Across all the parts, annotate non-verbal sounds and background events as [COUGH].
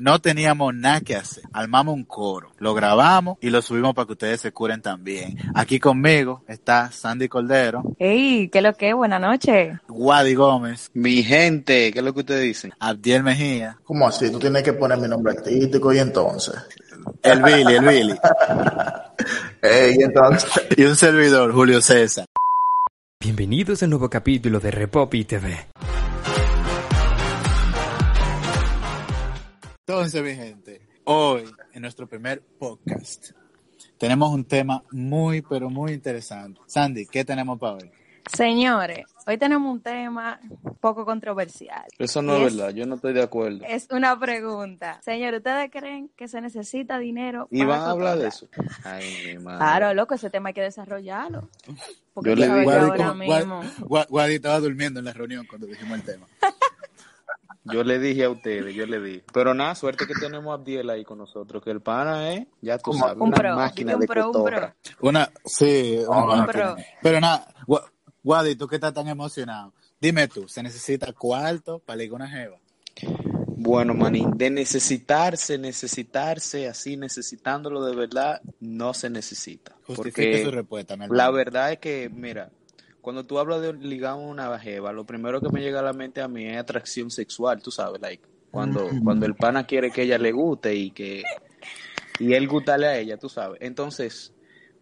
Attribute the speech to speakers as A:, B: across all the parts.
A: no teníamos nada que hacer. Armamos un coro, lo grabamos y lo subimos para que ustedes se curen también. Aquí conmigo está Sandy Cordero.
B: ¡Ey! ¿Qué lo que? Buenas noches.
A: Wadi Gómez,
C: Mi gente, ¿qué es lo que ustedes dicen?
A: Abdiel Mejía,
D: ¿Cómo así? Tú tienes que poner mi nombre artístico y entonces.
A: el Billy, el Billy,
D: Ey, entonces.
A: y un servidor, Julio César.
E: Bienvenidos al nuevo capítulo de Repopi TV.
A: Entonces, mi gente, hoy en nuestro primer podcast tenemos un tema muy, pero muy interesante. Sandy, ¿qué tenemos para hoy?
B: Señores, hoy tenemos un tema poco controversial.
C: Eso no
B: Y
C: es verdad, yo no estoy de acuerdo.
B: Es una pregunta. Señores, ¿ustedes creen que se necesita dinero?
C: ¿Y
B: para
C: van a hablar de
B: controlar?
C: eso? Ay, mi madre.
B: Claro, loco, ese tema hay que desarrollarlo. Porque
C: Yo
B: yo
C: le digo-
B: ahora
A: como-
B: mismo.
A: Gua- Gua- Guadi estaba durmiendo en la reunión cuando dijimos el tema.
C: Yo le dije a ustedes, yo le dije. Pero nada, suerte que tenemos a Abdiel ahí con nosotros, que el pana es, ya tú sabes,
B: Un
C: una
B: pro,
C: máquina
B: un
C: de
B: pro, un pro.
C: cotorra.
A: Una, sí, una-
B: Un
A: una-
B: pro.
A: Pero nada, Gua- Guadi, tú que estás tan emocionado, dime tú, ¿se necesita cuarto para ligar una jeva?
C: Bueno, manín, de necesitarse, necesitarse, así necesitándolo de verdad, no se necesita.
A: Justifique
C: Porque
A: su respuesta, mi
C: La
A: hermano.
C: verdad es que, mira, cuando tú hablas de ligar a una jeva, lo primero que me llega a la mente a mí es atracción sexual, tú sabes, like, cuando, cuando el pana quiere que ella le guste y que y él gustarle a ella, tú sabes. Entonces,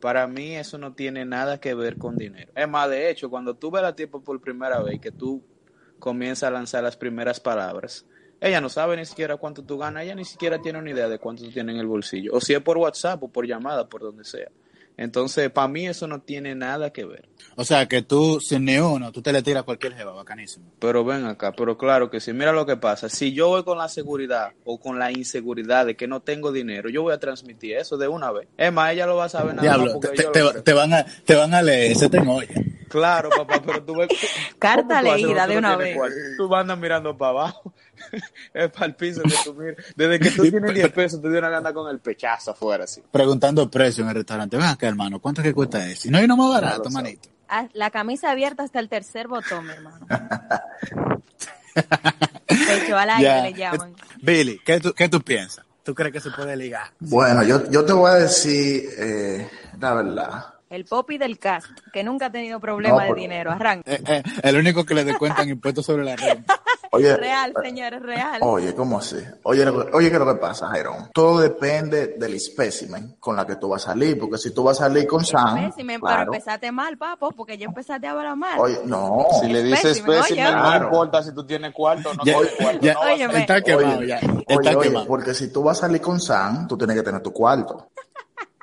C: para mí eso no tiene nada que ver con dinero. Es más, de hecho, cuando tú ves a la tipa por primera vez, que tú comienzas a lanzar las primeras palabras, ella no sabe ni siquiera cuánto tú ganas, ella ni siquiera tiene una idea de cuánto tú tienes en el bolsillo. O si es por WhatsApp o por llamada, por donde sea. Entonces, para mí eso no tiene nada que ver.
A: O sea, que tú, sin ni uno, tú te le tiras a cualquier jeva, bacanísimo.
C: Pero ven acá, pero claro que sí. Mira lo que pasa. Si yo voy con la seguridad o con la inseguridad de que no tengo dinero, yo voy a transmitir eso de una vez. Es más, ella lo va a saber nada más
A: Diablo, te,
C: porque
A: te-
C: yo lo
A: te-
C: creo.
A: te van a, te van a leer, se te olla.
C: Claro, papá, pero tú ves...
B: Carta
C: ¿Cómo tú haces
B: leída
C: cuando
B: de
C: tú no
B: una
C: tienes
B: vez.
C: cuarto? Tú andas mirando para abajo. [LAUGHS] es para el piso que tú miras. Desde que tú tienes 10 pesos, te dio una gana con el pechazo afuera, así.
A: Preguntando precio en el restaurante. Ven acá, hermano, ¿cuánto es que cuesta eso? Y no hay uno más barato,
C: Claro,
A: manito.
B: Ah, La camisa abierta hasta el tercer botón, mi
C: [LAUGHS]
B: hermano. Pecho al aire
A: Ya.
B: le llaman.
A: Billy, ¿qué tú, ¿qué tú piensas? ¿Tú crees que se puede ligar?
D: [LAUGHS] Bueno, yo, yo te voy a decir eh, la verdad.
B: El popi del cast, que nunca ha tenido problema
D: No,
B: de
D: pero-
B: dinero. Arranca.
A: Eh, eh, el único que le descuentan [LAUGHS] impuestos sobre la renta.
D: Oye, eh, oh,
B: Real, señores, real.
D: oye, ¿cómo así? Oye, lo que- oye, ¿qué es lo que pasa, Jairón? Todo depende del espécimen con la que tú vas a salir, porque si tú vas a salir con Sam,
B: Espécimen,
D: claro.
B: pero empezaste mal, papo, porque ya empezaste a hablar mal.
D: Oye, no.
C: Si le dices
B: Espécimen,
D: pues,
B: oye,
C: espécimen, no
D: oye.
C: importa si tú tienes cuarto o no
A: Ya,
C: tienes cuarto.
A: ya,
C: no vas a-
B: Óyeme.
A: está quemado
D: Oye,
A: ya.
D: Oye,
A: Está
D: oye,
A: quemado.
D: porque si tú vas a salir con Sam, tú tienes que tener tu cuarto.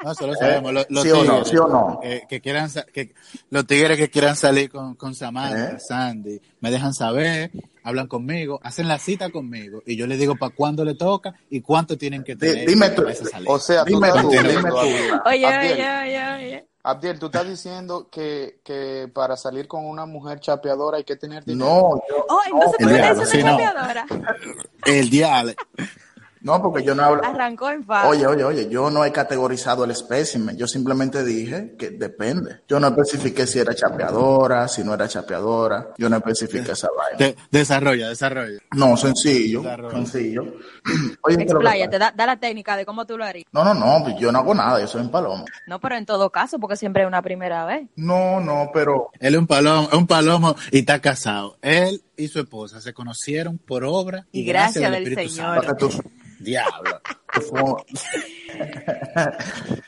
A: No, eso lo sabemos. Los, los
D: Eh, ¿Sí o no?
A: tigres,
D: ¿Sí o no?
A: eh, que quieran, sa- que, los tigres que quieran salir con, con Samantha,
D: ¿Eh?
A: Sandy, me dejan saber, hablan conmigo, hacen la cita conmigo y yo les digo para cuándo le toca y cuánto tienen que
D: Di-
A: tener.
D: Dime tú.
A: para esa salida.
C: O sea, tú
D: dime
C: estás
D: tú,
C: diciendo,
D: dime tú.
C: Abdiel,
B: Oye,
C: Abdiel,
B: oye, oye, oye.
C: Abdiel, tú estás diciendo que, que para salir con una mujer chapeadora hay que tener dinero.
D: No, yo-
B: Oh, entonces tú
D: no,
B: me
A: claro,
B: estás diciendo
A: sí, no.
B: chapeadora.
A: El dial.
D: no, porque yo no hablo.
B: Arrancó en fama.
D: Oye, oye, oye, yo no he categorizado el espécimen, yo simplemente dije que depende. Yo no especifiqué si era chapeadora, si no era chapeadora, yo no especifiqué esa vaina.
A: De- desarrolla, desarrolla.
D: No, sencillo,
A: Desarrolla.
D: sencillo. [CLEARS THROAT] Oye, ¿qué es lo que
B: Expláyate,
D: pasa?
B: da, da la técnica de cómo tú lo harías.
D: No, no, no, pues yo no hago nada, yo soy un palomo.
B: No, pero en todo caso, porque siempre es una primera vez.
D: No, no, pero
A: Él es un palomo, es un palomo y está casado. Él y su esposa se conocieron por obra y,
B: Y gracia del
A: Espíritu
B: Señor.
A: Santo.
D: para que tú...
A: Diablo.
D: tú fu-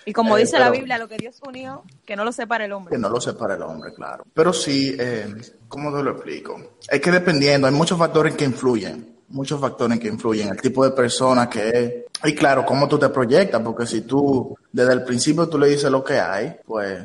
B: Y como
D: Eh,
B: dice la
D: pero-
B: Biblia, lo que Dios unió, que no lo separe el hombre.
D: Que no lo separa el hombre, claro. Pero sí, eh, ¿cómo te lo explico? Es que dependiendo, hay muchos factores que influyen, muchos factores que influyen, el tipo de persona que es, y claro, cómo tú te proyectas, porque si tú desde el principio tú le dices lo que hay, pues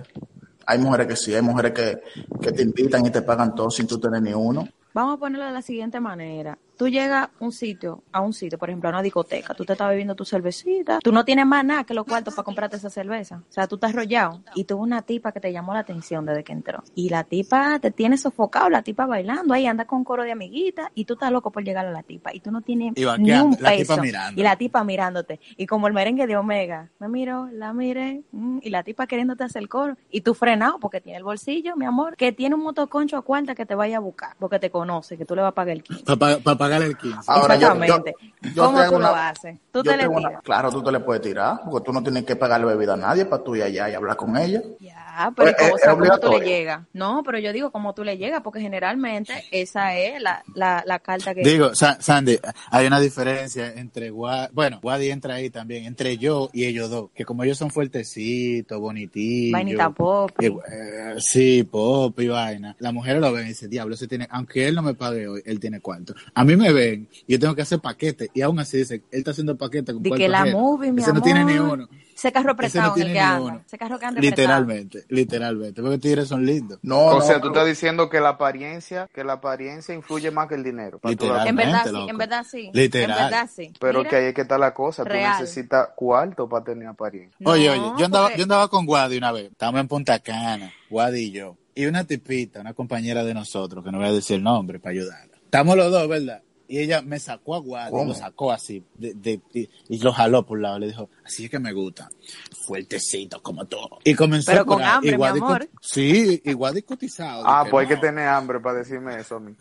D: hay mujeres que sí, hay mujeres que, que te invitan y te pagan todo sin tú tener ni uno.
B: Vamos a ponerlo de la siguiente manera. Tú llegas a un sitio, a un sitio, por ejemplo, a una discoteca, tú te estás bebiendo tu cervecita, tú no tienes más nada que los cuartos para comprarte esa cerveza. O sea, tú estás rollado y tuvo una tipa que te llamó la atención desde que entró. Y la tipa te tiene sofocado, la tipa bailando, ahí anda con coro de amiguita y tú estás loco por llegar a la tipa y tú no tienes
A: Y
B: ni
A: vaqueando,
B: un
A: la tipa
B: peso.
A: mirando.
B: Y la tipa mirándote. Y como el merengue de Omega, me miro, la miré, mm, y la tipa queriéndote hacer el coro. Y tú frenado porque tiene el bolsillo, mi amor, que tiene un motoconcho a cuarta que te vaya a buscar, porque te conoce, que tú le vas a pagar el quince.
A: Para Págale el 15.
D: Ahora yo, yo,
B: Exactamente.
D: yo
B: ¿Cómo
D: te hago
B: tú lo
D: una-
B: haces? Tú
D: yo
B: te le
D: hago una-
B: tiras.
D: Claro, tú te le puedes tirar, porque tú no tienes que pagarle bebida a nadie para tú ir allá y hablar con ella.
B: Ya, pero ¿y
D: Pues,
B: cómo-
D: es-
B: o sea,
D: es
B: ¿cómo tú le
D: obligatorio.
B: llegas? No, pero yo digo, ¿cómo tú le llegas? Porque generalmente esa es la, la, la carta que...
A: Digo, Sa- Sandy, hay una diferencia entre Wadi, bueno, Wadi entra ahí también, entre yo y ellos dos, que como ellos son fuertecitos, bonitillos.
B: Vainita pop.
A: y, eh, sí, pop y vaina. Las mujeres lo ven y dicen, diablo, ese tiene, aunque él no me pague hoy, él tiene cuánto. A mí me ven, yo tengo que hacer paquete, y aún así dicen, él está haciendo paquete con
B: De
A: cuál
B: que la
A: pajero.
B: movie, mi
A: Ese
B: amor.
A: no tiene ni uno.
B: Ese carro
A: Ese no
B: apretado en
A: tiene
B: el
A: ni
B: que anda.
A: uno.
B: Ese carro que anda
A: Literalmente, literalmente, porque tigres son lindos.
D: No,
F: o
D: no,
F: sea, tú
D: pero-
F: estás diciendo que la apariencia, que la apariencia influye más que el dinero. para tu
A: Literal.
B: apretado. En verdad sí,
A: Realmente,
B: en
A: loco.
B: verdad sí.
A: Literal.
B: En verdad sí.
F: Pero
B: Mira,
F: que ahí es que está la cosa.
B: Real.
F: Tú necesitas cuarto para tener apariencia.
B: no,
A: oye, oye, yo andaba,
B: porque-
A: yo andaba con Wadi una vez, estábamos en Punta Cana, Wadi y yo, y una tipita, una compañera de nosotros, que no voy a decir el nombre para ayudarla. Estamos los dos, ¿verdad? Y ella me sacó a Wadi,
D: ¿Cómo?
A: lo sacó así, de- de- de- y lo jaló por un lado, le dijo, así es que me gusta, fuertecito como todo. Y comenzó
B: Pero
A: a
B: con
A: curar, y
B: hambre, mi
A: Wadi cu-
B: amor.
A: Sí, y Wadi cotizado.
F: Ah,
A: dije,
F: pues hay
A: no.
F: que tener hambre para decirme eso a mí.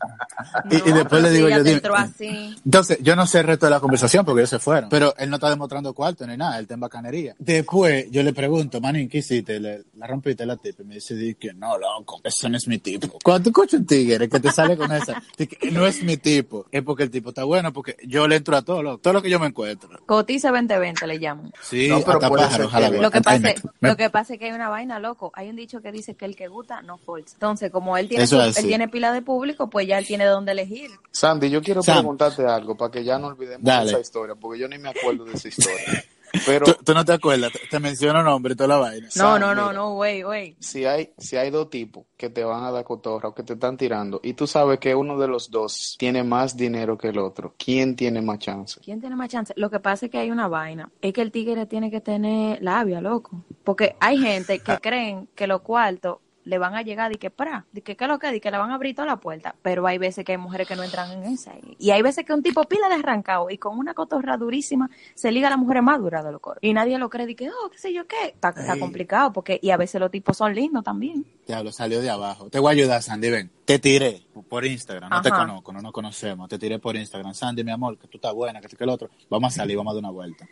A: Y- y
B: no,
A: después
B: pero
A: le
B: si
A: digo
B: ella
A: yo,
B: te
A: dime.
B: entró así.
A: Entonces, yo no sé el resto de la conversación porque ellos se fueron. Pero él no está demostrando cuarto ni nada, él está en bacanería. Después, yo le pregunto, Manín, ¿qué hiciste? Le- la rompiste la tipa. Y me dice, di que no, loco, ese no es mi tipo. Cuando tú escuchas un tigre que te sale con esa, di que no es mi tipo. Es porque el tipo está bueno, porque yo le entro a todo lo, todo lo que yo me encuentro.
B: Cotiza 2020 le llaman.
A: Sí,
D: No, pero
A: hasta
D: puede
A: pájaro,
D: ser
A: ojalá.
D: que-
A: vea.
B: Lo que,
A: Ay,
B: pasa,
A: me-
B: es-
A: me-
B: lo que pasa es que hay una vaina, loco. Hay un dicho que dice que el que gusta no forza. Entonces, como él tiene,
A: Eso
B: su-
A: es así.
B: él tiene pila de público, pues ya él tiene donde elegir.
F: Sandy, yo quiero
A: Sam.
F: preguntarte algo para que ya no olvidemos de
A: Dale.
F: esa historia, porque yo ni me acuerdo de esa historia.
A: [LAUGHS]
F: Pero
A: tú, tú no te acuerdas, te, te menciono nombre y toda la vaina.
B: No,
F: Sam,
B: no, no,
F: mira.
B: no, güey, güey.
F: si hay, si hay dos tipos que te van a dar cotorra o que te están tirando, y tú sabes que uno de los dos tiene más dinero que el otro, ¿quién tiene más chance?
B: ¿Quién tiene más chance? Lo que pasa es que hay una vaina. Es que el tigre tiene que tener labia, loco. Porque hay gente
F: Ah.
B: que creen que los cuartos le van a llegar y que para, de que qué es lo que, de que le van a abrir toda la puerta. Pero hay veces que hay mujeres que no entran en esa. Y- Y hay veces que un tipo pila de arrancado y con una cotorra durísima se liga a la mujer más dura de los coros. Y nadie lo cree, de que, oh, qué sé yo qué. Está, está
D: Ey.
B: complicado porque, y a veces los tipos son lindos también.
A: Diablo, salió de abajo. Te voy a ayudar, Sandy, ven. Te tiré por Instagram. No te
B: Ajá.
A: conozco, no nos conocemos. Te tiré por Instagram. Sandy, mi amor, que tú estás buena, que tú que el otro. Vamos a salir, vamos a dar una vuelta.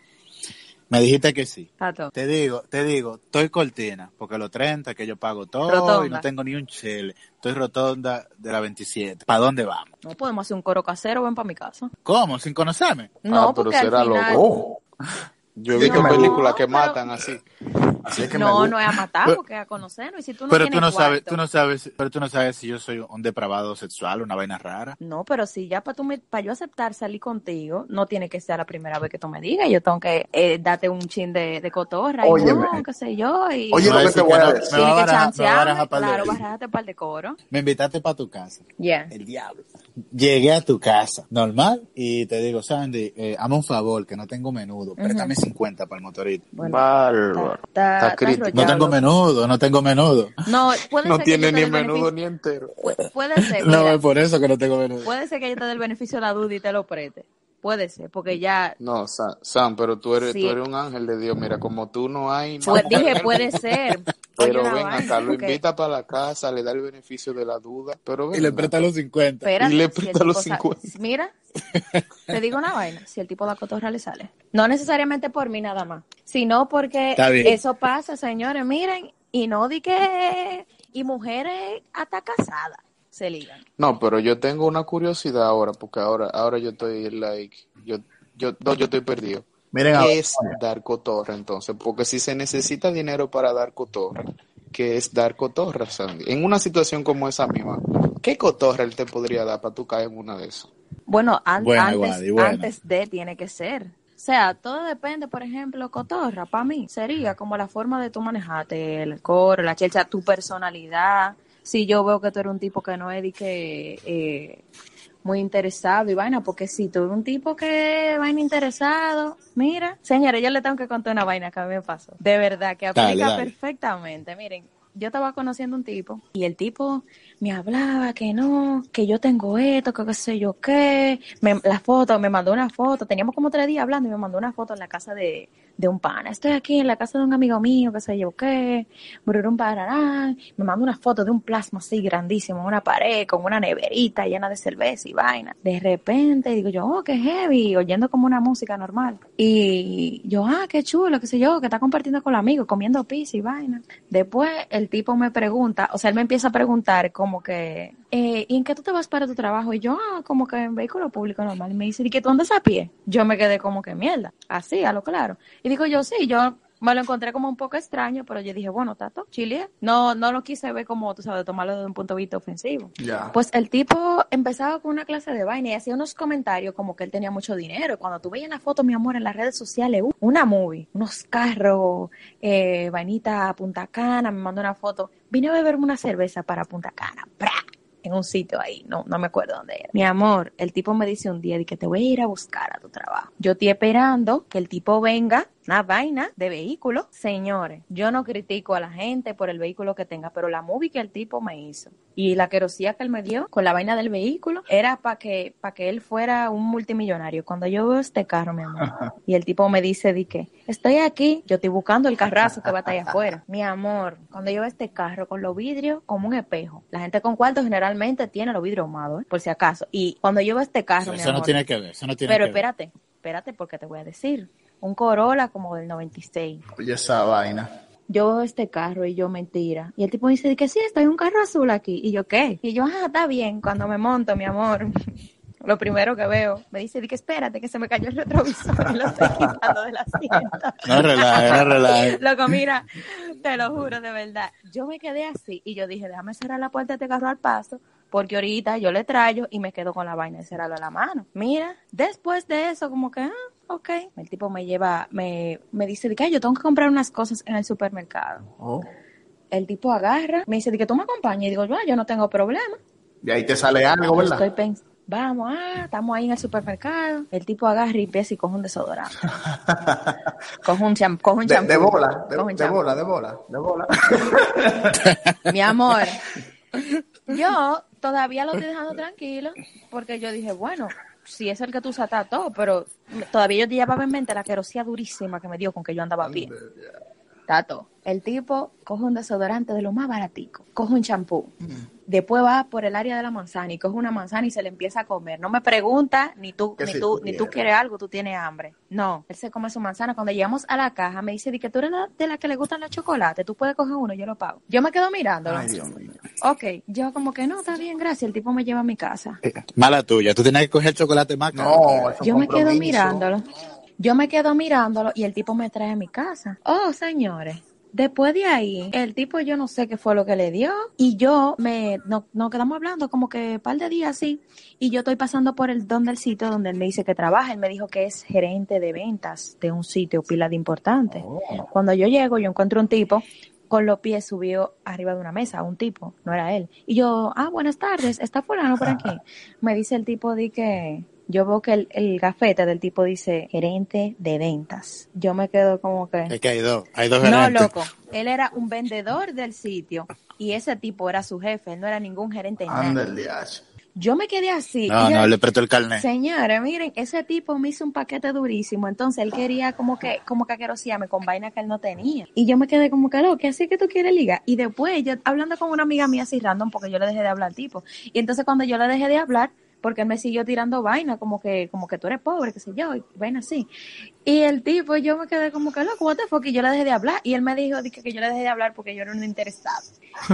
A: Me dijiste que sí.
B: Tato.
A: Te digo, te digo, estoy cortina, porque los 30 que yo pago todo y
B: Rotonda.
A: no tengo ni un chile. Estoy rotonda de la 27. ¿Para dónde vamos?
B: No podemos hacer un coro casero, ven para mi casa.
A: ¿Cómo? ¿Sin conocerme?
B: No,
F: Ah, pero
B: porque al
F: será loco.
B: final...
D: Oh,
F: Yo he
D: Sí,
F: visto
D: que me
F: películas
B: gusta.
F: que
B: No,
F: matan
B: pero-
F: así.
D: así es que me
B: No,
D: gusta.
B: no es a matar
A: Pero-
B: porque es a conocernos. Y si tú no
A: pero tú
B: tienes
A: no sabes,
B: cuarto-
A: tú no sabes, pero tú no sabes si yo soy un depravado sexual, una vaina rara.
B: No, pero si ya para yo aceptar salir contigo, no tiene que ser la primera vez que tú me digas. Yo tengo que eh, darte un chin de, de cotorra. y
D: Óyeme.
B: no, qué sé yo. Y
D: Oye,
A: Me va
D: lo
A: a
D: que
A: decir
D: te voy
A: que
D: a
A: no,
D: decir.
A: me va a barajar-
B: tienes que
A: me va a
B: chancearme.
A: barajar pa'l de-
B: Claro, barajate par de coro.
A: Me invitaste para tu casa.
B: Yeah.
A: El diablo. Llegué a tu casa, normal, y te digo, Sandy, eh, hazme un favor, que no tengo menudo, préstame 50 para el motorito.
B: Bueno,
F: Bárbaro.
B: Ta- ta-
F: Está
B: ta
F: crítico.
A: No
B: Ya,
A: tengo
B: loco.
A: menudo, no tengo menudo.
B: no, puede
F: No
B: ser que yo
F: tiene
B: te dé
F: ni
B: el
F: menudo
B: beneficio.
F: ni entero.
B: pu- Puede
A: [LAUGHS]
B: ser,
A: No, pues.
B: mira,
A: es por eso que no tengo menudo.
B: puede ser que yo te dé el beneficio de la duda y te lo preste. Puede ser, porque ya
F: No, Sam, Sam, pero tú eres,
B: Sí.
F: tú eres un ángel de Dios. Mira, como tú no hay más
B: pues,
F: mujer
B: dije,
F: en el
B: puede
F: mundo.
B: ser. Oye,
F: Pero
B: una
F: ven
B: vaina,
F: acá, lo
B: porque-
F: invita para la casa, le da el beneficio de la duda. Pero ven
A: Y le
F: acá.
A: prestas los 50.
B: Espérate,
F: Y le
B: si el
F: presta
B: tipo
F: los
B: sa-
F: 50.
B: Mira, te digo una vaina, si el tipo de la cotorra le sale. No necesariamente por mí nada más, sino porque
A: Está bien.
B: eso pasa, señores, miren, y no di que... Y mujeres hasta casadas se ligan.
F: No, pero yo tengo una curiosidad ahora, porque ahora, ahora yo estoy like, yo, yo, no, yo estoy perdido.
D: Miren ahora,
F: ¿Qué es dar cotorra entonces? Porque si se necesita dinero para dar cotorra, ¿qué es dar cotorra, Sandy? En una situación como esa misma, ¿qué cotorra él te podría dar para tú caer en una de esas?
B: Bueno, an-
A: Buena,
B: antes,
A: Guadi, buena.
B: antes de tiene que ser. O sea, todo depende, por ejemplo, cotorra, para mí sería como la forma de tú manejarte, el coro, la chelcha, tu personalidad. Si yo veo que tú eres un tipo que no es de que eh, muy interesado y vaina, porque si tú eres un tipo que vaina interesado, mira, señores, yo le tengo que contar una vaina que a mí me pasó. De verdad, que aplica
A: Dale, dale.
B: perfectamente. Miren, yo estaba conociendo un tipo y el tipo me hablaba que no, que yo tengo esto, que qué sé yo qué, me, la foto, me mandó una foto, teníamos como tres días hablando y me mandó una foto en la casa de, de un pana, estoy aquí en la casa de un amigo mío, qué sé yo qué, brurum pararán, me mandó una foto de un plasma así grandísimo, en una pared con una neverita llena de cerveza y vaina. De repente digo yo, oh, qué heavy, oyendo como una música normal. Y yo, ah, qué chulo, qué sé yo, que está compartiendo con los amigos, comiendo pizza y vaina. Después el tipo me pregunta, o sea, él me empieza a preguntar como que, eh, ¿y en qué tú te vas para tu trabajo? Y yo, ah, como que en vehículo público normal. Y me dice, ¿y que tú andas a pie? Yo me quedé como que mierda, así, a lo claro. Y digo yo, sí, yo me lo encontré como un poco extraño, pero yo dije, bueno, Tato, Chile, no, no lo quise ver como, tú sabes, tomarlo desde un punto de vista ofensivo.
D: Ya.
B: Pues el tipo empezaba con una clase de vaina y hacía unos comentarios como que él tenía mucho dinero. Y Cuando tú veías la foto, mi amor, en las redes sociales, uh, una movie, unos carros, eh, vainita a Punta Cana, me mandó una foto. Vine a beberme una cerveza para Punta Cana, ¡pra! en un sitio ahí, no, no me acuerdo dónde era. Mi amor, el tipo me dice un día de que te voy a ir a buscar a tu trabajo. Yo estoy esperando que el tipo venga, una vaina de vehículo. Señores, yo no critico a la gente por el vehículo que tenga, pero la movie que el tipo me hizo y la querosía que él me dio con la vaina del vehículo era para que, para que él fuera un multimillonario. Cuando yo veo este carro, mi amor, y el tipo me dice de que estoy aquí, yo estoy buscando el carrazo que va a estar allá
A: [LAUGHS]
B: afuera. Mi amor, cuando yo veo este carro con los vidrios como un espejo, la gente con cuartos generalmente tiene los vidrios ahumados, ¿eh? por si acaso. Y cuando yo veo este carro, mi
A: Eso no
B: amor,
A: tiene que ver, eso no tiene
B: pero
A: que ver.
B: espérate, espérate porque te voy a decir. Un Corolla como del 96.
D: Oye, esa vaina.
B: Yo veo este carro y yo mentira. Y el tipo dice de que sí, está hay un carro azul aquí. Y yo, ¿qué? Y yo, ah, está bien, cuando me monto, mi amor. [LAUGHS] Lo primero que veo, me dice de que espérate, que se me cayó el retrovisor y lo estoy quitando de la asiento.
A: No relaje, no relaje.
B: [LAUGHS] Loco, mira, te lo juro, de verdad. Yo me quedé así y yo dije, déjame cerrar la puerta de este carro al paso, porque ahorita yo le traigo y me quedo con la vaina de cerrarlo a la mano. Mira, después de eso, como que, ah, ok. El tipo me lleva, me, me dice, de que "Ay, yo tengo que comprar unas cosas en el supermercado.
D: Oh.
B: El tipo agarra, me dice, de que tú me acompañas. Y digo, yo, "Ah, yo no tengo problema.
D: De ahí te sale algo, Oh, ¿verdad?
B: Estoy pens- Vamos, ah, estamos ahí en el supermercado. El tipo agarra y empieza y coge un
D: [LAUGHS]
B: desodorante. coge un champú. Coge un
D: De,
B: champú.
D: de bola, de,
B: Coge un
D: de
B: champú.
D: bola, de bola, de bola.
B: Mi amor,
D: [LAUGHS]
B: yo todavía lo estoy dejando tranquilo porque yo dije, bueno, si es el que tú satas todo, pero todavía yo te llevaba en mente la querosía durísima que me dio con que yo andaba bien. Tato, el tipo coge un desodorante de lo más baratico, coge un champú,
D: Mm.
B: después va por el área de la manzana y coge una manzana y se le empieza a comer. No me pregunta ni tú,
D: Que
B: ni
D: si
B: tú, ni tú
D: pudiera.
B: quieres algo, tú tienes hambre. No, él se come su manzana. Cuando llegamos a la caja me dice, di que tú eres la- de la que le gustan los chocolates, tú puedes coger uno, yo lo pago. Yo me quedo mirándolo.
D: Ay, [LAUGHS] Dios mío.
B: Ok, yo como que no, está bien, gracias. El tipo me lleva a mi casa.
A: Mala tuya, tú tenías que coger el chocolate más caro.
D: No, eso es
B: Yo me quedo
D: compromiso.
B: mirándolo. Yo me quedo mirándolo y el tipo me trae a mi casa. Oh, señores. Después de ahí, el tipo yo no sé qué fue lo que le dio y yo me no- nos quedamos hablando como que un par de días así y yo estoy pasando por el donde el sitio donde él me dice que trabaja, él me dijo que es gerente de ventas de un sitio pila de importante.
D: Oh.
B: Cuando yo llego, yo encuentro un tipo con los pies subido arriba de una mesa, un tipo, no era él. Y yo, ah, buenas tardes, está fulano por
A: [LAUGHS]
B: aquí. Me dice el tipo de que yo veo que el, el gafete del tipo dice gerente de ventas. Yo me quedo como
A: Es
B: que...
A: que hay dos, hay dos
B: No,
A: gerentes.
B: loco, él era un vendedor del sitio y ese tipo era su jefe, él no era ningún gerente. de nada.
D: Anda el DH.
B: Yo me quedé así.
A: No,
B: y yo-
A: no, le prestó el carnet.
B: Señores, miren, ese tipo me hizo un paquete durísimo, entonces él quería como que, como que querosiame con vaina que él no tenía. Y yo me quedé como que loco, así que tú quieres ligar. Y después yo hablando con una amiga mía así random, porque yo le dejé de hablar al tipo. Y entonces cuando yo le dejé de hablar, porque él me siguió tirando vaina, como que, como que tú eres pobre, qué sé yo, y vaina así. Y el tipo, yo me quedé como que loco, what the fuck, y yo le dejé de hablar. Y él me dijo dije, que yo le dejé de hablar porque yo era un interesado.
C: [LAUGHS]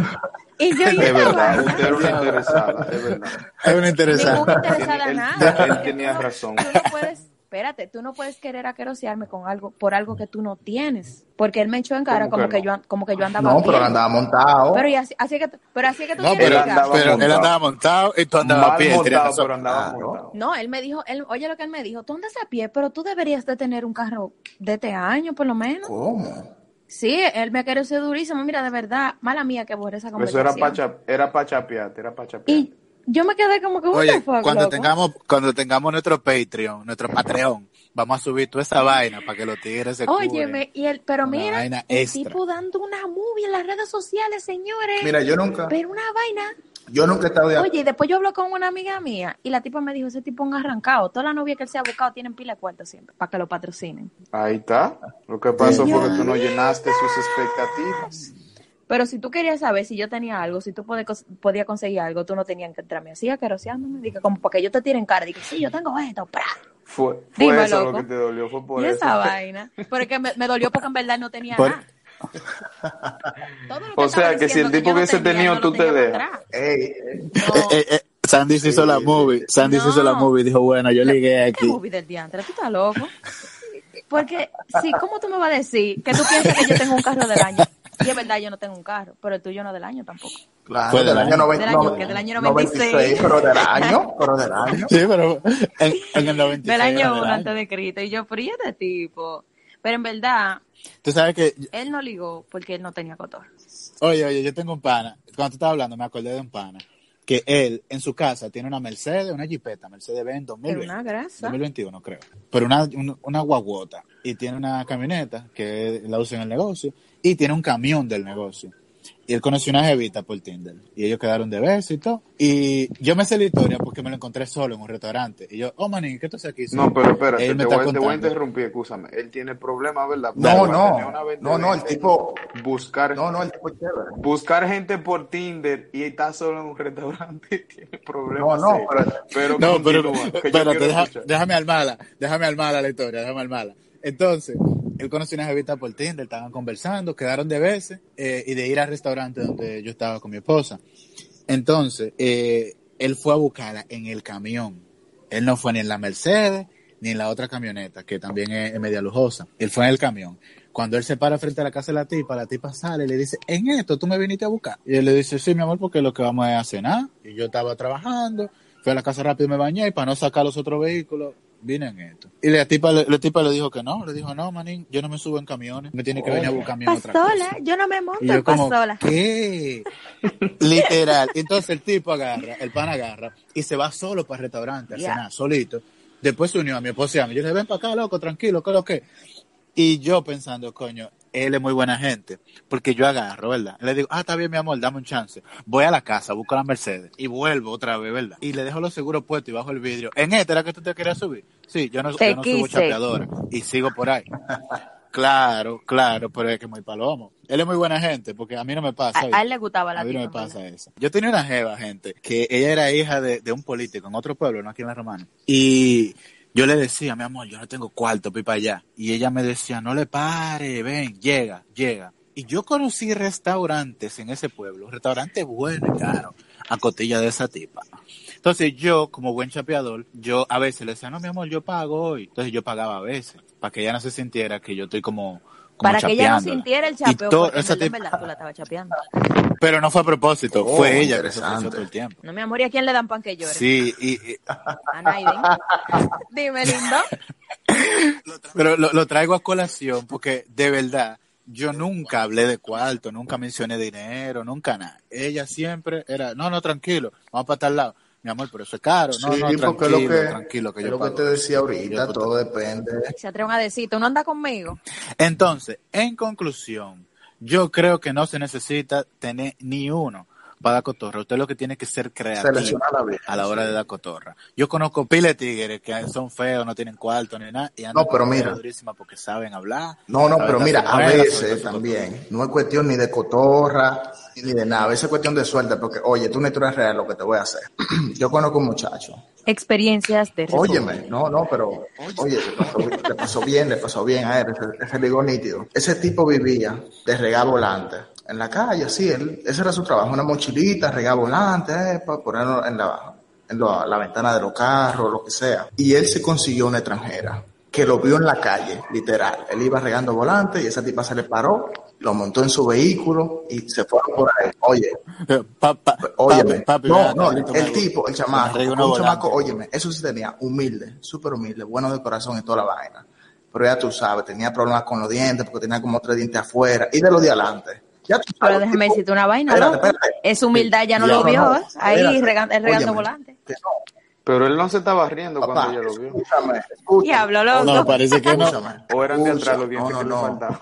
B: y yo, y
C: Es
B: esta
C: verdad,
B: vaina,
C: usted era una interesada, es verdad.
A: Es una interesante.
B: ningún interesada
C: Él- él-
B: nada.
C: él
B: porque
C: tenía
B: tú no-
C: razón.
B: Tú no puedes, espérate, tú no puedes querer aquerosearme con algo, por algo que tú no tienes. Porque él me echó en cara
C: ¿Cómo
B: como
C: que
B: que, yo, an- como que yo andaba
D: No,
B: bien.
D: pero él andaba montado.
B: Pero y así, así que, pero así que tú
A: No,
B: quieres
A: pero,
C: Él
B: ligar.
C: andaba
A: pero él
C: montado.
A: andaba montado y tú andabas a
C: Mal
A: pie. él tenía Ah.
C: montado,
A: razón.
C: pero
F: Ah,
C: andaba
D: Claro.
C: montado.
B: No, él me dijo, él, oye lo que él me dijo, tú andas a pie, pero tú deberías de tener un carro de este año, por lo menos.
D: ¿Cómo?
B: Sí, él me quería ser durísimo, mira, de verdad, mala mía que borré esa
C: Eso era
B: conversación.
C: pacha, era pachapiate, era pachapiate.
B: Y yo me quedé como que, what
A: Oye,
B: the fuck,
A: cuando
B: loco?
A: tengamos, cuando tengamos nuestro Patreon, nuestro Patreon, Vamos a subir toda esa vaina para que los tigres se curen.
B: Óyeme, y el, pero
A: Una
B: mira,
A: vaina
B: el
A: extra.
B: tipo dando una movie en las redes sociales, señores.
D: Mira, yo nunca,
B: pero una vaina.
D: yo nunca he estado de
B: Oye, y después yo hablo con una amiga mía y la tipa me dijo, ese tipo es un arrancado. Toda la novia que él se ha buscado tienen pila de cuarto siempre, para que lo patrocinen.
F: Ahí está. Lo que pasó fue que tú no llenaste sus expectativas.
B: Pero si tú querías saber si yo tenía algo, si tú podías cons- podías conseguir algo, tú no tenías que entrarme así a me Dije, como para que yo te tire en cara. Dije, sí, yo tengo esto, pra.
F: Fue, fue
B: Dime,
F: eso
B: loco.
F: lo que te dolió, fue por
B: y
F: eso.
B: esa vaina. Porque me, me dolió porque en verdad no tenía
A: Por- [LAUGHS]
B: nada. Todo lo
F: O
B: estaba
F: sea, que si
B: diciendo
F: el tipo
B: yo no
F: hubiese tenido,
B: lo
F: tú te
B: tenía para
F: dejas.
B: atrás.
D: Ey, ey,
A: Eh, eh, eh, Sandy se hizo la movie. Sandy se hizo la
B: No.
A: movie. Dijo, bueno, yo ligué
B: ¿Qué
A: aquí.
B: movie del diantre? ¿Tú estás loco? Porque, sí, ¿cómo tú me vas a decir que tú piensas que yo tengo un carro del año? Y es verdad, yo no tengo un carro, pero el tuyo no es del año tampoco.
D: claro,
A: Fue
D: del
A: del
D: año
A: año.
D: 90,
B: Del año, que del año 96.
D: pero del año, pero
A: [LAUGHS]
D: del año.
A: Sí, pero en, en el 96.
B: Del
A: era
B: año
A: del
B: 1
A: año.
B: antes de Cristo. Y yo, pero ¿y este tipo? Pero en verdad,
A: Tú sabes que,
B: él no ligó porque él no tenía cotor.
A: oye, oye, yo tengo un pana. Cuando tú estabas hablando, me acordé de un pana. Que él, en su casa, tiene una Mercedes, una Jeepeta, Mercedes-Benz
B: Pero
A: 2020.
B: una grasa.
A: 2021 creo, pero una, un- una guaguota y tiene una camioneta que la usa en el negocio y tiene un camión del negocio. Y él conoció una jevita por Tinder y ellos quedaron de beso y todo. Y yo me sé la historia porque me lo encontré solo en un restaurante y yo, oh manín, ¿qué tú haces aquí?
F: No, pero espérate,
A: Él me
F: te,
A: está
F: voy, te voy a
A: contando.
F: interrumpir, escúchame. Él tiene problemas, ¿verdad?
D: No,
F: Porque
D: no,
F: tenía una
D: no, no, el
F: 20-20.
D: tipo,
F: Buscar,
D: no, no, el tipo es chévere.
F: buscar gente por Tinder y está solo en un restaurante tiene problemas.
D: No, no,
F: serios.
D: pero-
F: pero,
A: No, pero
F: continúa, que yo
A: espérate,
F: quiero
A: deja-
F: escuchar.
A: déjame al mala, déjame al mala la historia, déjame al mala. Entonces, él conoció una jevita por Tinder, estaban conversando, quedaron de veces eh, y de ir al restaurante donde yo estaba con mi esposa. Entonces, eh, él fue a buscarla en el camión. Él no fue ni en la Mercedes ni en la otra camioneta, que también es, es media lujosa. Él fue en el camión. Cuando él se para frente a la casa de la tipa, la tipa sale y le dice, en esto tú me viniste a buscar. Y él le dice, sí, mi amor, porque lo que vamos es a cenar. Y yo estaba trabajando, fui a la casa rápido y me bañé y para no sacar los otros vehículos, vine en esto. Y la tipa, le- la tipa le dijo que no, le dijo, no, manín, yo no me subo en camiones, me tiene que venir a buscar a mí en otra cosa.
B: Pasola, yo no me monto
A: Y
B: en
A: yo como,
B: pasola. [LAUGHS]
A: ¿qué? Literal. Entonces el tipo agarra, el pan agarra y se va solo para el restaurante a
B: Ya.
A: cenar, solito. Después se unió a mi esposa y a mí. Yo le dije, ven para acá, loco, tranquilo, ¿qué es lo que? Y yo pensando, coño, él es muy buena gente. Porque yo agarro, ¿verdad? Le digo, ah, está bien, mi amor, dame un chance. Voy a la casa, busco la Mercedes y vuelvo otra vez, ¿verdad? Y le dejo los seguros puestos y bajo el vidrio. ¿En esta era que tú te querías subir? Sí, yo no,
B: Te
A: yo no subo
B: quise.
A: chapeadora. Y sigo por ahí. Claro, claro, pero es que es muy palomo. Él es muy buena gente, porque a mí no me pasa.
B: A,
A: ¿viste?
B: a él le gustaba la
A: A mí no
B: tipa,
A: me
B: en
A: pasa
B: verdad.
A: eso. Yo tenía una jeva, gente, que ella era hija de, de un político en otro pueblo, no aquí en la Romana. Y yo le decía, mi amor, yo no tengo cuarto, pipa allá. Y ella me decía, no le pare, ven, llega, llega. Y yo conocí restaurantes en ese pueblo, restaurantes buenos y caros, a cotilla de esa tipa. Entonces yo, como buen chapeador, yo a veces le decía, no, mi amor, yo pago hoy. Entonces yo pagaba a veces, para que ella no se sintiera que yo estoy como... como
B: Para que ella no
A: chapeándola.
B: sintiera el
A: Y
B: chapeo,
A: todo-
B: porque en
A: esa
B: verdad, en
A: tipa-
B: verdad tú la estabas chapeando.
A: pero no fue a propósito,
D: Oh,
A: fue ella que se
D: interesante.
A: ofreció todo el tiempo.
B: No, mi amor, ¿y a quién le dan pan que llore?
A: Sí, y, y-
B: A Naiden. Dime, lindo.
A: pero lo, lo traigo a colación porque de verdad yo nunca hablé de cuarto, nunca mencioné dinero, nunca nada. Ella siempre era, no, no, tranquilo, vamos para tal lado. Mi amor, pero eso es caro. No,
D: Sí,
A: no,
D: porque lo
A: tranquilo,
D: que,
A: tranquilo, que
D: es
A: yo
D: lo que
A: pago.
D: te decía ahorita,
A: Yo, pues,
D: todo depende.
B: Se atreven a decir, tú no andas conmigo.
A: Entonces, en conclusión, yo creo que no se necesita tener ni uno para dar cotorra. Usted lo que tiene que ser creativo
D: Seleccionar la vida.
A: a la hora de dar cotorra. Yo conozco pile tigres que son feos, no tienen cuarto ni nada, y andan
D: No, pero
A: con
D: mira.
A: cotorra durísima porque saben hablar.
D: No, no,
A: saben
D: pero
A: dar
D: mira,
A: su
D: a
A: vuelta, saben
D: veces
A: dar su
D: también no es cuestión ni de cotorra ni de nada, a veces es cuestión de suerte, porque oye, tú no tú eres real lo que te voy a hacer. [CLEARS THROAT] Yo conozco un muchacho.
B: Experiencias de
D: Óyeme, no, no, pero oye, le pasó, bien- le pasó bien, le pasó bien a él, ese, ese ligó nítido. Ese tipo vivía de regar volante en la calle, así, él, ese era su trabajo, una mochilita, regar volante, eh, para ponerlo en la en la, la ventana de los carros, lo que sea. Y él se consiguió una extranjera que lo vio en la calle, literal. Él iba regando volante y esa tipa se le paró, lo montó en su vehículo y se fueron por ahí. Oye,
A: Eh, [LAUGHS] pa- pa-
D: Óyeme,
A: papi, papi,
D: no,
A: ven
D: no,
A: acá,
D: el,
A: que tú me-
D: tipo, el
A: me
D: chamaco,
A: traigo
D: un
A: una volante. pues.
D: chamaco, óyeme, eso sí tenía, humilde, súper humilde, bueno de corazón y toda la vaina. Pero ya tú sabes, tenía problemas con los dientes, porque tenía como tres dientes afuera, y de los de adelante. Ya tú sabes,
B: Pero déjame
D: tipo,
B: decirte una vaina,
D: espérate,
B: loco.
D: espérate.
B: Esa humildad ya no
A: Ya,
B: lo
A: no,
B: vio,
D: no,
B: ¿eh? ahí
D: espérate.
B: regan- regando
D: Óyeme,
B: volante.
D: que no.
F: Pero él no se estaba riendo
D: Papá,
F: cuando ella lo vio.
D: escúchame, escúchame.
B: Diablo, loco.
A: No, parece que no.
D: Escúchame.
F: O eran de atrás
D: Escucha,
F: los dientes que le
D: no, no, no.
F: faltaban.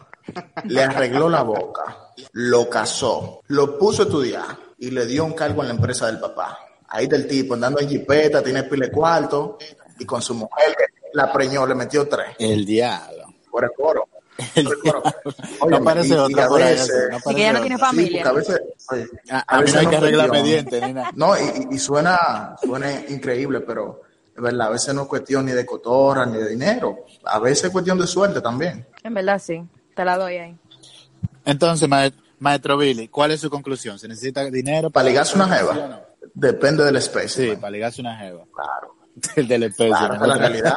D: Le arregló la boca, lo casó, lo puso a estudiar y le dio un cargo en la empresa del papá. Ahí del tipo, andando en jipeta, tiene pile cuarto y con su mujer que la preñó, le metió tres.
A: El diablo.
D: [LAUGHS] Por el coro. Por el coro.
A: No
D: Óyeme,
A: aparece
D: y- y
A: otra
D: a
A: por ahí,
D: veces-
A: así, no aparece
B: Y que
D: sí,
B: ella no
A: otra. Ah,
B: tiene
D: porque
B: familia.
D: a veces, oye,
A: A,
D: a
A: a mí
D: veces
A: no hay que
D: nos
A: arreglarme
D: perdió.
A: dientes ni nada.
D: No, y, y- y suena, suena increíble, pero es verdad, a veces no es cuestión ni de cotorra ni de dinero. A veces es cuestión de suerte también.
B: En verdad, sí. Te la doy ahí.
A: Entonces, maest- maestro Billy, ¿cuál es su conclusión? ¿Se necesita dinero
D: Para ligarse una
A: ¿Sí o
D: jeva,
A: no?
D: depende del especie.
A: Sí,
D: man.
A: para ligarse una jeva.
D: Claro,
A: El del especie.
D: claro, esa es la realidad.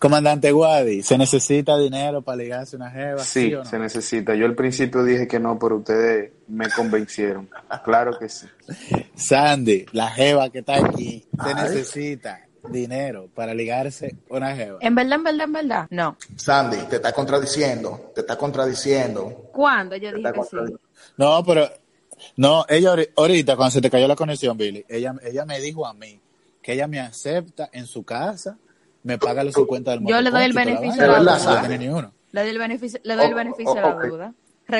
A: Comandante Guadi, ¿se necesita dinero para ligarse una jeva? Sí,
F: Sí,
A: o no?
F: se necesita. Yo al principio dije que no, pero ustedes me convencieron. Claro que sí.
A: Sandy, la jeva que está aquí, ¿se
D: Ay.
A: necesita dinero para ligarse una jeva?
B: En verdad, en verdad, en verdad. No.
D: Sandy, te está contradiciendo, te está contradiciendo.
B: ¿Cuándo? Yo
D: te
B: dije
D: está
B: que sí.
D: contradiciendo.
A: No, pero no, ella ahori- ahorita cuando se te cayó la conexión, Billy, ella, ella me dijo a mí que ella me acepta en su casa, me paga los 50 del
B: Yo le doy el
A: motoconcho y toda la
B: beneficio
A: vaina.
D: de la duda.
A: Yo no tenía ni uno.
B: Le doy el beneficio, le doy el
D: Oh,
B: beneficio de
D: oh,
B: la
D: ok.
B: duda.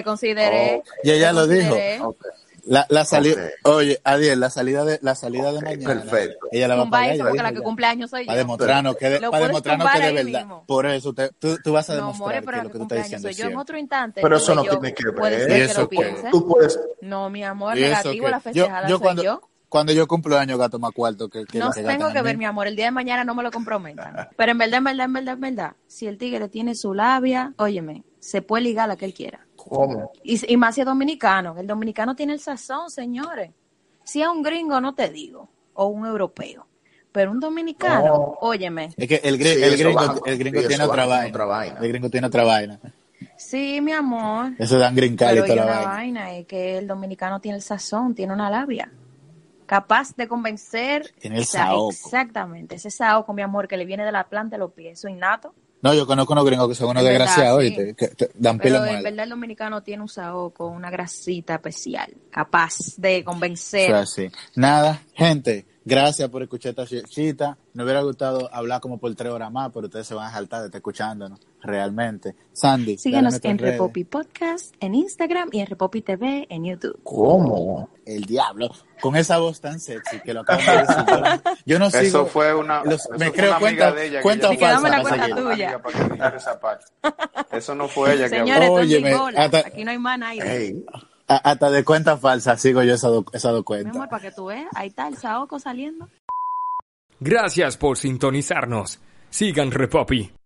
B: Reconsideré.
A: Y ella Oh, lo dijo.
B: reconsideré.
D: Ok,
A: La, la salida,
D: Ok.
A: oye, Adiel, la salida de la salida
D: Ok,
A: de mañana.
D: perfecto.
A: Ella la va a
B: Tumba
A: pagar.
B: eso
A: ella
B: porque
A: dijo
B: la que
A: ya.
B: cumple años soy yo.
A: Para demostrarnos que de,
B: Lo
A: pa'
B: puedes
A: demostrarnos que
B: tumbar
A: de
B: ahí
A: verdad.
B: mismo.
A: Por eso te- tú, tú vas a
B: No,
A: demostrar
B: more,
A: que lo
B: pero la
A: que
B: que
A: tú estás
B: cumpleaños
A: diciendo
B: soy
A: es
B: yo. En
A: cierto.
B: otro instante.
D: Pero eso
B: pues
D: no
B: yo
D: tiene que
B: puede
D: ver.
B: ser
A: ¿Y
B: que
A: eso
B: lo
A: qué?
B: piense.
D: Tú puedes,
B: No, mi amor,
A: Y eso
B: negativo,
A: que-
B: la
A: yo,
B: festejada
A: yo
B: soy
A: cuando,
B: yo.
A: cuando yo cumplo año gato más cuarto que, que
B: No
A: la que
B: tengo
A: gastan
B: que
A: en
B: ver,
A: mí.
B: mi amor, el día de mañana no me lo comprometan. Pero en verdad, en verdad, en verdad, en verdad, si el tigre tiene su labia, óyeme, se puede ligar a la que él quiera.
D: ¿cómo?
B: Y, y más si es dominicano, el dominicano tiene el sazón, señores. Si es un gringo, no te digo, o un europeo, pero un dominicano,
D: No.
B: óyeme,
A: Es que el, gri-
D: Sí,
A: el
D: eso
A: gringo,
D: baja,
A: el gringo
D: sí, eso
A: tiene otra
D: baja con
A: vaina.
D: otra vaina.
A: El gringo tiene otra vaina.
B: sí, mi amor,
A: Eso dan green card y
B: pero
A: toda
B: hay
A: la
B: una
A: vaina.
B: vaina, es que el dominicano tiene el sazón, tiene una labia, capaz de convencer.
A: Tiene el
B: o sea,
A: saoco.
B: Exactamente, ese saoco, mi amor, que le viene de la planta de los pies, eso innato.
A: No, yo conozco unos gringos que son unos
B: En verdad,
A: desgraciados,
B: sí.
A: ¿oíste? Que te dan pila
B: Pero
A: de
B: en
A: muertos.
B: verdad el dominicano tiene un saoco, una grasita especial, capaz de
A: Eso
B: convencer.
A: es así. Nada, gente, gracias por escuchar esta chi- cita. Me hubiera gustado hablar como por tres horas más, pero ustedes se van a saltar de estar escuchándonos, realmente. Sandy,
B: Síguenos
A: dale
B: en
A: nuestras redes.
B: Repopi Podcast, en Instagram y en Repopi TV en YouTube.
D: ¿Cómo?
A: El diablo, con esa voz tan sexy que lo acaban de decir. Yo, yo no sigo.
F: Eso fue una,
A: los-
F: eso
A: me
F: fue
A: creo
F: una
A: cuenta-
F: amiga de ella.
A: cuenta
F: que ella-
A: falsa
B: Dígame la
A: para
B: cuenta
A: seguir.
B: tuya.
F: Amiga, para que dijera esa parte. Eso no fue ella que habló.
B: Señores, esto es
A: Óyeme,
B: Bigola,
A: hasta-
B: aquí no hay más nadie.
D: Ey,
A: a- hasta de cuenta falsa sigo yo esa, do- esa dos
B: Mi
A: cuentas.
B: amor, para que tú veas, ahí está el saoco saliendo.
E: Gracias por sintonizarnos. Sigan Repopi.